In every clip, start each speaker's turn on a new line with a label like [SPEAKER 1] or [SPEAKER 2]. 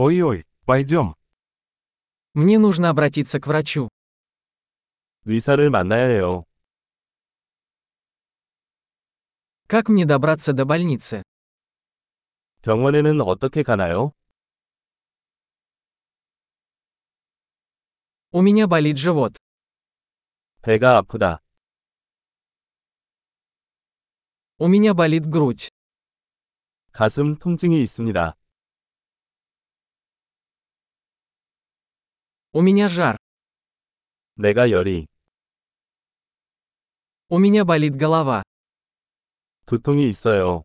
[SPEAKER 1] Ой-ой, пойдем.
[SPEAKER 2] Мне нужно обратиться к врачу.
[SPEAKER 1] 의사를 만나야 해요.
[SPEAKER 2] Как мне добраться до больницы?
[SPEAKER 1] 병원에는 어떻게 가나요?
[SPEAKER 2] У меня болит живот.
[SPEAKER 1] 배가 아프다.
[SPEAKER 2] У меня болит грудь.
[SPEAKER 1] 가슴 통증이 있습니다.
[SPEAKER 2] У меня жар.
[SPEAKER 1] 내가 열이,
[SPEAKER 2] У меня болит голова.
[SPEAKER 1] 두통이 있어요.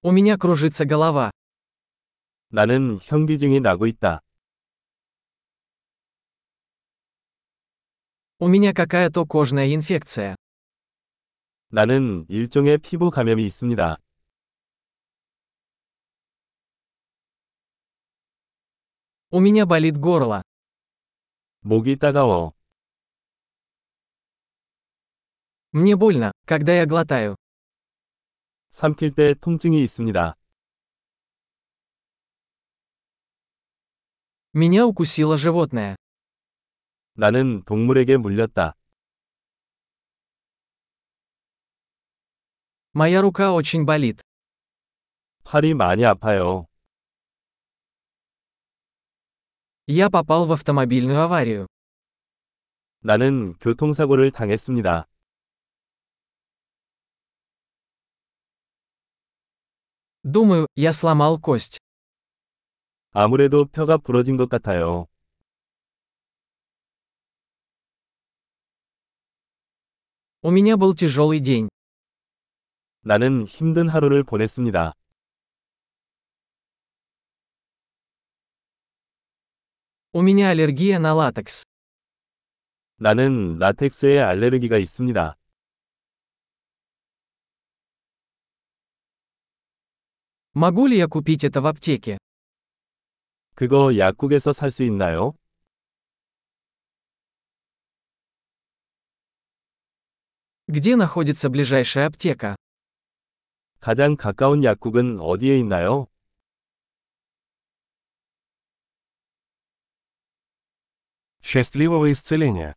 [SPEAKER 2] У меня кружится голова.
[SPEAKER 1] 나는 현기증이 나고 있다.
[SPEAKER 2] У меня какая-то кожная инфекция.
[SPEAKER 1] 나는 일종의 피부 감염이 있습니다.
[SPEAKER 2] У меня болит горло.
[SPEAKER 1] 목이 따가워.
[SPEAKER 2] Мне больно, когда я глотаю.
[SPEAKER 1] 삼킬 때 통증이 있습니다.
[SPEAKER 2] Меня укусило животное.
[SPEAKER 1] 나는 동물에게 물렸다.
[SPEAKER 2] Моя рука очень болит.
[SPEAKER 1] 팔이 많이 아파요.
[SPEAKER 2] Я попал в автомобильную аварию.
[SPEAKER 1] 나는 교통사고를 당했습니다.
[SPEAKER 2] Думаю, я сломал кость.
[SPEAKER 1] 아무래도 뼈가 부러진 것 같아요.
[SPEAKER 2] У меня был тяжелый день.
[SPEAKER 1] 나는 힘든 하루를 보냈습니다.
[SPEAKER 2] У меня аллергия на латекс.
[SPEAKER 1] 나는 라텍스에 알레르기가 있습니다.
[SPEAKER 2] Могу ли я купить это в аптеке?
[SPEAKER 1] 그거 약국에서 살 수 있나요?
[SPEAKER 2] Где находится ближайшая аптека?
[SPEAKER 1] 가장 가까운 약국은 어디에 있나요?
[SPEAKER 3] Счастливого исцеления!